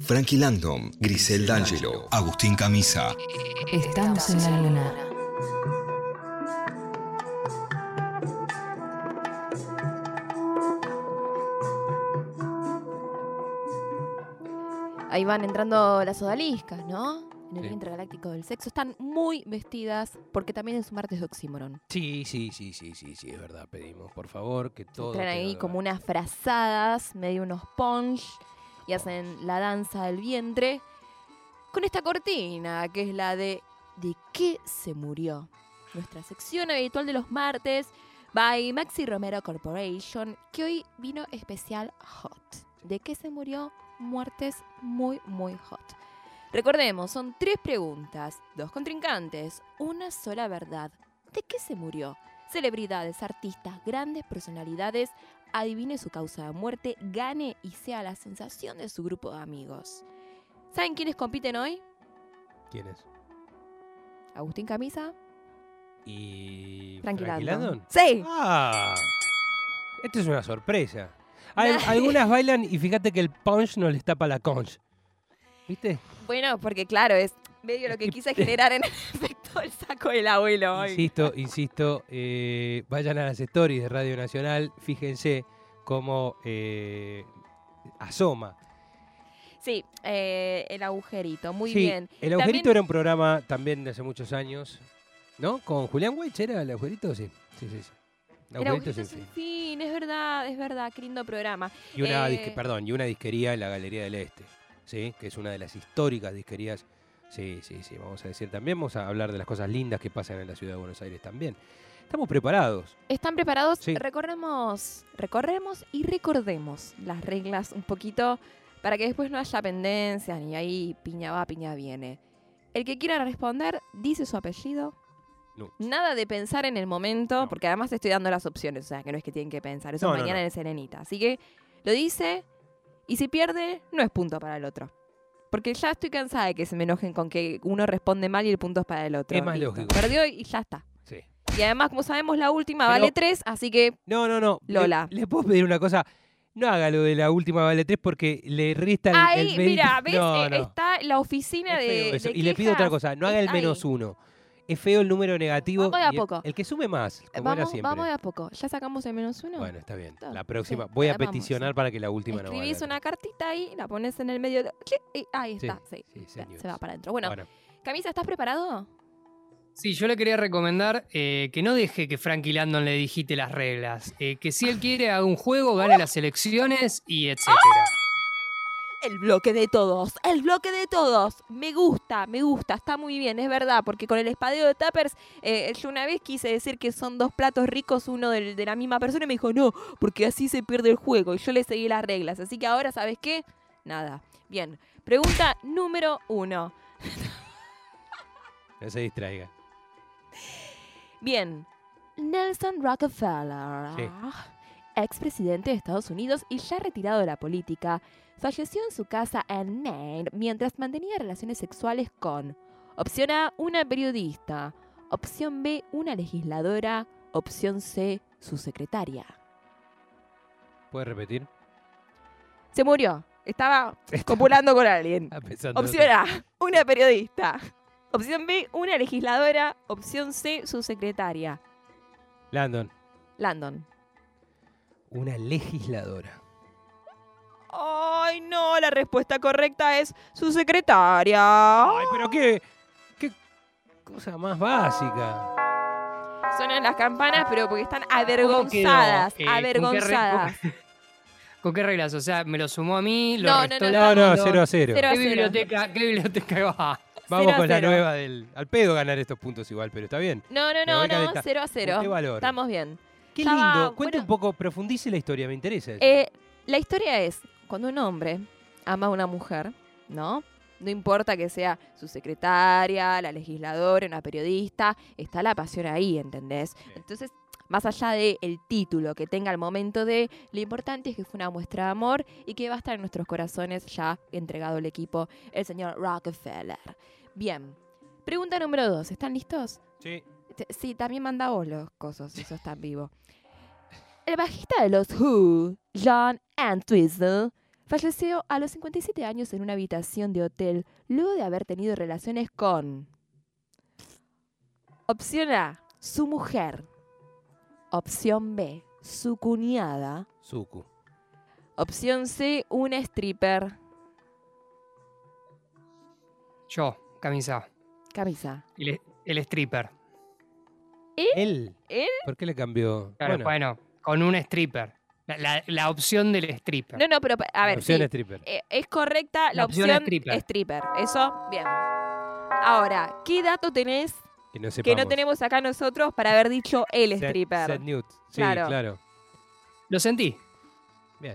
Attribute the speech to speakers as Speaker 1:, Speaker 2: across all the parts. Speaker 1: Frankie Landon, Grisel D'Angelo, Agustín Camisa.
Speaker 2: Estamos en la luna.
Speaker 3: Ahí van entrando las odaliscas, ¿no? En el
Speaker 4: Sí.
Speaker 3: intergaláctico del sexo. Están muy vestidas porque también es un martes de oxímoron.
Speaker 4: Sí, sí, sí, sí, sí, sí, es verdad. Pedimos, por favor, que todo.
Speaker 3: Traen
Speaker 4: tenga
Speaker 3: ahí
Speaker 4: que
Speaker 3: como
Speaker 4: ver.
Speaker 3: unas frazadas, medio unos punch y hacen la danza del vientre con esta cortina que es la de ¿De qué se murió? Nuestra sección habitual de los martes by Maxi Romero Corporation que hoy vino especial hot. ¿De qué se murió? Muertes muy, muy hot. Recordemos, son tres preguntas, dos contrincantes, una sola verdad. ¿De qué se murió? Celebridades, artistas, grandes personalidades, adivine su causa de muerte, gane y sea la sensación de su grupo de amigos. ¿Saben quiénes compiten hoy?
Speaker 4: ¿Quién es?
Speaker 3: Agustín Camisa.
Speaker 4: Y.
Speaker 3: Tranquilando.
Speaker 4: Tranquilandon.
Speaker 3: Sí.
Speaker 4: ¡Ah! Esto es una sorpresa. Hay-
Speaker 3: Nah.
Speaker 4: algunas bailan y fíjate que el punch no les tapa la conch. ¿Viste?
Speaker 3: Bueno, porque claro, es medio lo que quise generar en el efecto el saco del abuelo. hoy.
Speaker 4: Insisto, insisto, eh, vayan a las stories de Radio Nacional, fíjense cómo eh, asoma.
Speaker 3: Sí, eh, el agujerito. Muy
Speaker 4: Sí,
Speaker 3: bien.
Speaker 4: El agujerito era un programa también de hace muchos años, ¿no? Con Julián Weich era el agujerito, sí. Sí, sí, sí. El
Speaker 3: El
Speaker 4: agujerito
Speaker 3: agujerito
Speaker 4: sin
Speaker 3: sin
Speaker 4: fin.
Speaker 3: fin, es verdad, es verdad, qué lindo programa.
Speaker 4: Y una, disque-
Speaker 3: Eh.
Speaker 4: perdón, y una disquería en la Galería del Este, ¿sí? que es una de las históricas disquerías. Sí, sí, sí, vamos a decir también, vamos a hablar de las cosas lindas que pasan en la ciudad de Buenos Aires también. Estamos preparados.
Speaker 3: ¿Están preparados?
Speaker 4: Sí.
Speaker 3: Recorremos, recorremos y recordemos las reglas un poquito para que después no haya pendencias ni ahí piña va, piña viene. El que quiera responder dice su apellido.
Speaker 4: No.
Speaker 3: Nada de pensar en el momento,
Speaker 4: No.
Speaker 3: porque además te estoy dando las opciones, o sea, que no es que tienen que pensar, eso
Speaker 4: No, no,
Speaker 3: mañana
Speaker 4: no.
Speaker 3: en el Serenita. Así que lo dice y si pierde, no es punto para el otro. Porque ya estoy cansada de que se me enojen con que uno responde mal y el punto es para el otro.
Speaker 4: Es más
Speaker 3: Listo.
Speaker 4: lógico.
Speaker 3: Perdió y ya está.
Speaker 4: Sí.
Speaker 3: Y además, como sabemos, la última
Speaker 4: Pero-
Speaker 3: vale 3, así que
Speaker 4: No, no, no. le-
Speaker 3: Lola.
Speaker 4: ¿Le, puedo pedir una cosa? No haga lo de la última Vale 3 porque le resta el,
Speaker 3: ahí,
Speaker 4: el mérito-
Speaker 3: mira, ¿ves?
Speaker 4: No,
Speaker 3: Eh,
Speaker 4: no.
Speaker 3: Está la oficina
Speaker 4: Es
Speaker 3: de,
Speaker 4: feo eso.
Speaker 3: de
Speaker 4: Y le pido otra
Speaker 3: quejas.
Speaker 4: cosa, no haga el
Speaker 3: Ahí.
Speaker 4: menos uno. Es feo el número negativo.
Speaker 3: Vamos de a
Speaker 4: y el-
Speaker 3: poco.
Speaker 4: El, que sume más, como era
Speaker 3: Vamos,
Speaker 4: siempre.
Speaker 3: vamos de a poco. ¿Ya sacamos el menos uno?
Speaker 4: Bueno, está bien.
Speaker 3: Está,
Speaker 4: La próxima.
Speaker 3: sí,
Speaker 4: Voy a
Speaker 3: ahí vamos,
Speaker 4: peticionar
Speaker 3: sí.
Speaker 4: para que la última no
Speaker 3: Escribís
Speaker 4: valga.
Speaker 3: una cartita ahí, la pones en el medio. de- clic, y ahí
Speaker 4: Sí,
Speaker 3: está. Sí,
Speaker 4: sí,
Speaker 3: ya,
Speaker 4: señores.
Speaker 3: se va para adentro. Bueno,
Speaker 4: Bueno,
Speaker 3: Camisa, ¿estás preparado?
Speaker 5: Sí, yo le quería recomendar eh, que no deje que Frankie Landon le digite las reglas. eh, que si él quiere haga un juego, gane las elecciones y etcétera.
Speaker 3: El bloque de todos, el bloque de todos. Me gusta, me gusta, está muy bien, es verdad, porque con el espadeo de tappers, eh, yo una vez quise decir que son dos platos ricos, uno del- de, la misma persona, y me dijo, no, porque así se pierde el juego, y yo le seguí las reglas. Así que ahora, ¿sabes qué? Nada. Bien, pregunta número uno.
Speaker 4: no se distraiga.
Speaker 3: Bien, Nelson Rockefeller, ah,
Speaker 4: Sí.
Speaker 3: expresidente de Estados Unidos y ya retirado de la política, falleció en su casa en Maine mientras mantenía relaciones sexuales con opción A, una periodista, opción B, una legisladora, opción C, su secretaria.
Speaker 4: ¿Puedes repetir?
Speaker 3: Se murió, estaba copulando con alguien.
Speaker 4: Ah, pensando en
Speaker 3: Opción
Speaker 4: otra.
Speaker 3: A, una periodista. Opción B, una legisladora. Opción C, su secretaria.
Speaker 4: Landon,
Speaker 3: Landon.
Speaker 4: una legisladora.
Speaker 3: Ay, no, la respuesta correcta es su secretaria.
Speaker 4: Ay, pero qué. qué cosa más básica.
Speaker 3: Sonan las campanas, pero porque están
Speaker 5: ¿Cómo quedó?
Speaker 3: avergonzadas,
Speaker 5: Eh, ¿con qué re-
Speaker 3: avergonzadas.
Speaker 5: ¿Con qué reglas? O sea, me lo sumó a mí, lo
Speaker 3: No,
Speaker 5: restó
Speaker 3: no,
Speaker 4: No, no,
Speaker 5: Landon.
Speaker 4: cero a cero.
Speaker 3: Cero a
Speaker 5: ¿Qué biblioteca, ¿Qué biblioteca Ah, va?
Speaker 3: Cero
Speaker 4: Vamos
Speaker 3: a
Speaker 4: con la
Speaker 3: cero.
Speaker 4: nueva del. Al pedo ganar estos puntos igual, pero está bien.
Speaker 3: No, no,
Speaker 4: Me
Speaker 3: no,
Speaker 4: voy
Speaker 3: no,
Speaker 4: calentando.
Speaker 3: cero a cero.
Speaker 4: Qué valor.
Speaker 3: Estamos bien.
Speaker 4: Qué
Speaker 3: Ya va,
Speaker 4: lindo. Cuenta
Speaker 3: bueno.
Speaker 4: un poco, profundice la historia, me interesa. eso.
Speaker 3: Eh, la historia es, cuando un hombre ama a una mujer, ¿no? No importa que sea su secretaria, la legisladora, una periodista, está la pasión ahí, ¿entendés? Entonces, más allá del título que tenga al momento de, lo importante es que fue una muestra de amor y que va a estar en nuestros corazones ya entregado el equipo, el señor Rockefeller. Bien, pregunta número dos, ¿están listos?
Speaker 4: Sí.
Speaker 3: Te- Sí, también manda vos los cosos, eso está en vivo. El bajista de los Who, John Entwistle, falleció a los 57 años en una habitación de hotel luego de haber tenido relaciones con. Opción A, su mujer. Opción B, su cuñada.
Speaker 4: Suku.
Speaker 3: Opción C, un stripper.
Speaker 5: Yo, camisa.
Speaker 3: Camisa.
Speaker 5: El, el stripper.
Speaker 4: ¿Él?
Speaker 3: ¿Él?
Speaker 4: ¿Por qué le cambió?
Speaker 5: Claro, bueno. con un stripper. La, la- la opción del stripper.
Speaker 3: No, no, pero pa- a ver.
Speaker 4: opción
Speaker 3: sí,
Speaker 4: stripper.
Speaker 3: eh, es correcta la,
Speaker 5: La opción
Speaker 3: opción,
Speaker 5: stripper.
Speaker 3: stripper. Eso, bien. Ahora, ¿qué dato tenés
Speaker 4: Que no
Speaker 3: que
Speaker 4: sepamos.
Speaker 3: no tenemos acá nosotros para haber dicho el
Speaker 4: Seth-
Speaker 3: stripper?
Speaker 4: Seth Newt. Sí, claro.
Speaker 3: Claro.
Speaker 5: Lo sentí.
Speaker 4: Bien.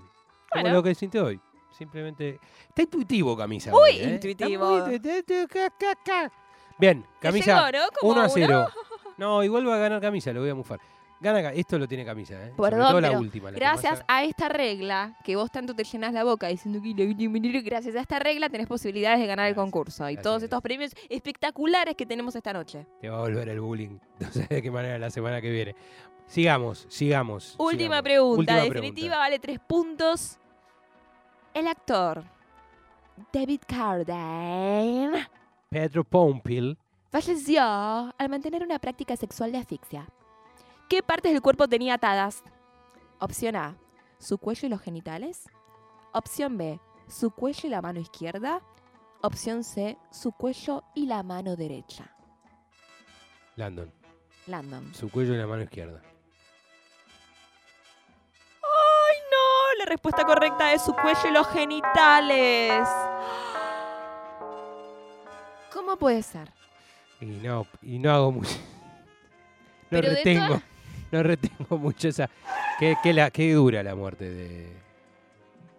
Speaker 3: Bueno.
Speaker 4: Como lo que sintió hoy. Simplemente. Está intuitivo, camisa.
Speaker 3: Muy
Speaker 4: hoy, ¿eh?
Speaker 3: intuitivo.
Speaker 4: Está muy intu- tu- tu- ca- ca- ca. Bien,
Speaker 3: Te
Speaker 4: camisa.
Speaker 3: llegó, ¿no? Como
Speaker 4: 1 a
Speaker 3: uno.
Speaker 4: 0. No, igual va a ganar camisa, lo voy a mufar. Gana, ca- esto lo tiene camisa, ¿eh?
Speaker 3: Perdón,
Speaker 4: Sobre todo la
Speaker 3: pero
Speaker 4: última. la que
Speaker 3: Gracias
Speaker 4: pasa-
Speaker 3: a esta regla, que vos tanto te llenas la boca diciendo que la- la- la- la- gracias a esta regla tenés posibilidades de ganar el
Speaker 4: Gracias,
Speaker 3: concurso y
Speaker 4: gracias,
Speaker 3: todos
Speaker 4: gracias.
Speaker 3: estos premios espectaculares que tenemos esta noche.
Speaker 4: Te va a volver el bullying. No sé de qué manera la semana que viene. Sigamos, sigamos.
Speaker 3: Última
Speaker 4: sigamos.
Speaker 3: pregunta,
Speaker 4: Última
Speaker 3: definitiva, vale tres puntos. El actor David Carden
Speaker 4: Pedro Pompil.
Speaker 3: falleció al mantener una práctica sexual de asfixia. ¿Qué partes del cuerpo tenía atadas? Opción A, su cuello y los genitales. Opción B, su cuello y la mano izquierda. Opción C, su cuello y la mano derecha.
Speaker 4: Landon.
Speaker 3: Landon.
Speaker 4: Su cuello y la mano izquierda.
Speaker 3: ¡Ay, no! La respuesta correcta es su cuello y los genitales. ¿Cómo puede ser?
Speaker 4: Y no, y no hago mucho. No
Speaker 3: Pero de
Speaker 4: retengo.
Speaker 3: todas-
Speaker 4: No retengo mucho esa. Qué, qué la, qué dura la muerte de, de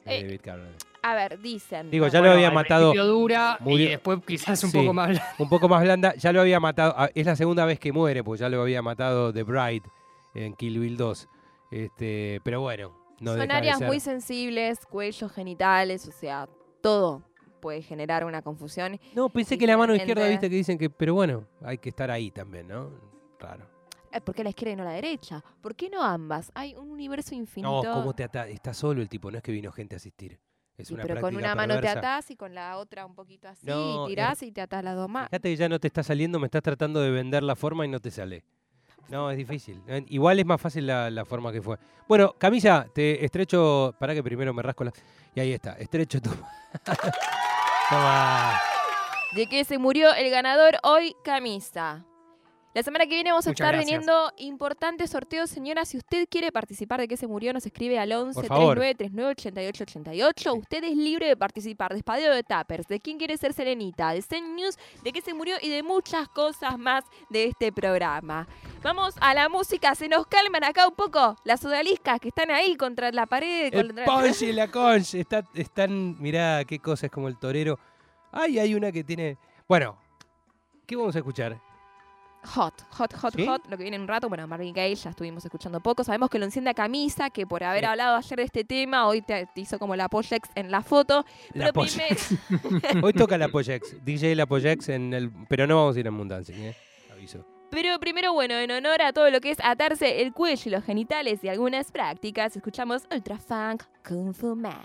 Speaker 3: Eh,
Speaker 4: David Carradine.
Speaker 3: A ver, dicen.
Speaker 4: Digo, ya
Speaker 5: Bueno,
Speaker 4: lo había
Speaker 5: al
Speaker 4: matado.
Speaker 5: principio dura
Speaker 4: Murió-
Speaker 5: y después quizás un
Speaker 4: Sí.
Speaker 5: poco más bla-
Speaker 4: Un poco más blanda. Ya lo había matado. ah, Es la segunda vez que muere, pues ya lo había matado The Bride en Kill Bill 2. Este, pero bueno. No
Speaker 3: Son
Speaker 4: deja de
Speaker 3: áreas
Speaker 4: ser-
Speaker 3: muy sensibles, cuellos, genitales, o sea, todo puede generar una confusión.
Speaker 4: No, pensé que la mano izquierda,
Speaker 3: Diferente.
Speaker 4: viste que dicen que. Pero bueno, hay que estar ahí también, ¿no? Raro.
Speaker 3: Eh, ¿Por qué la izquierda y no la derecha? ¿Por qué no ambas? Hay un universo
Speaker 4: No,
Speaker 3: infinito.
Speaker 4: ¿cómo te ata? Está solo el tipo, no es que vino gente a asistir. Es
Speaker 3: Sí,
Speaker 4: una
Speaker 3: pero con
Speaker 4: práctica
Speaker 3: una mano
Speaker 4: perversa.
Speaker 3: te atás y con la otra un poquito así,
Speaker 4: No,
Speaker 3: y tirás y te atás las dos más.
Speaker 4: Fíjate que ya no te está saliendo, me estás tratando de vender la forma y no te sale. No, es difícil. Eh, Igual es más fácil la, la forma que fue. Bueno, Camisa, te estrecho. Pará que primero me rasco la. Y ahí está, estrecho tu. Toma.
Speaker 3: De que se murió el ganador hoy, camisa. La semana que viene vamos a
Speaker 5: Muchas
Speaker 3: estar
Speaker 5: gracias.
Speaker 3: viniendo importantes sorteos, señora. Si usted quiere participar de que se murió, nos escribe al 11
Speaker 4: Por favor.
Speaker 3: 39 39 88 88. Usted es libre de participar de espadeo de tappers, de quién quiere ser serenita, de Zen News, de que se murió y de muchas cosas más de este programa. Vamos a la música, se nos calman acá un poco las odaliscas que están ahí contra la pared.
Speaker 4: El
Speaker 3: contra-
Speaker 4: ponche y la conche. Está, están, mirá qué cosa, es como el torero. Ay, hay una que tiene. Bueno, ¿qué vamos a escuchar?
Speaker 3: Hot, hot, hot,
Speaker 4: ¿Sí?
Speaker 3: hot, lo que viene en un rato. Bueno, Marvin Gaye ya estuvimos escuchando poco. Sabemos que lo enciende a camisa, que por haber
Speaker 4: Sí.
Speaker 3: hablado ayer de este tema, hoy te, te hizo como la Pollex en la foto.
Speaker 4: La
Speaker 3: Pero
Speaker 4: Polla.
Speaker 3: primero,
Speaker 4: Hoy toca la Poyex, DJ la Poyex en el. Pero no vamos a ir a Mundancing, ¿eh? Aviso.
Speaker 3: pero primero, bueno, en honor a todo lo que es atarse el cuello y los genitales y algunas prácticas, escuchamos Ultra Funk Kung Fu Man.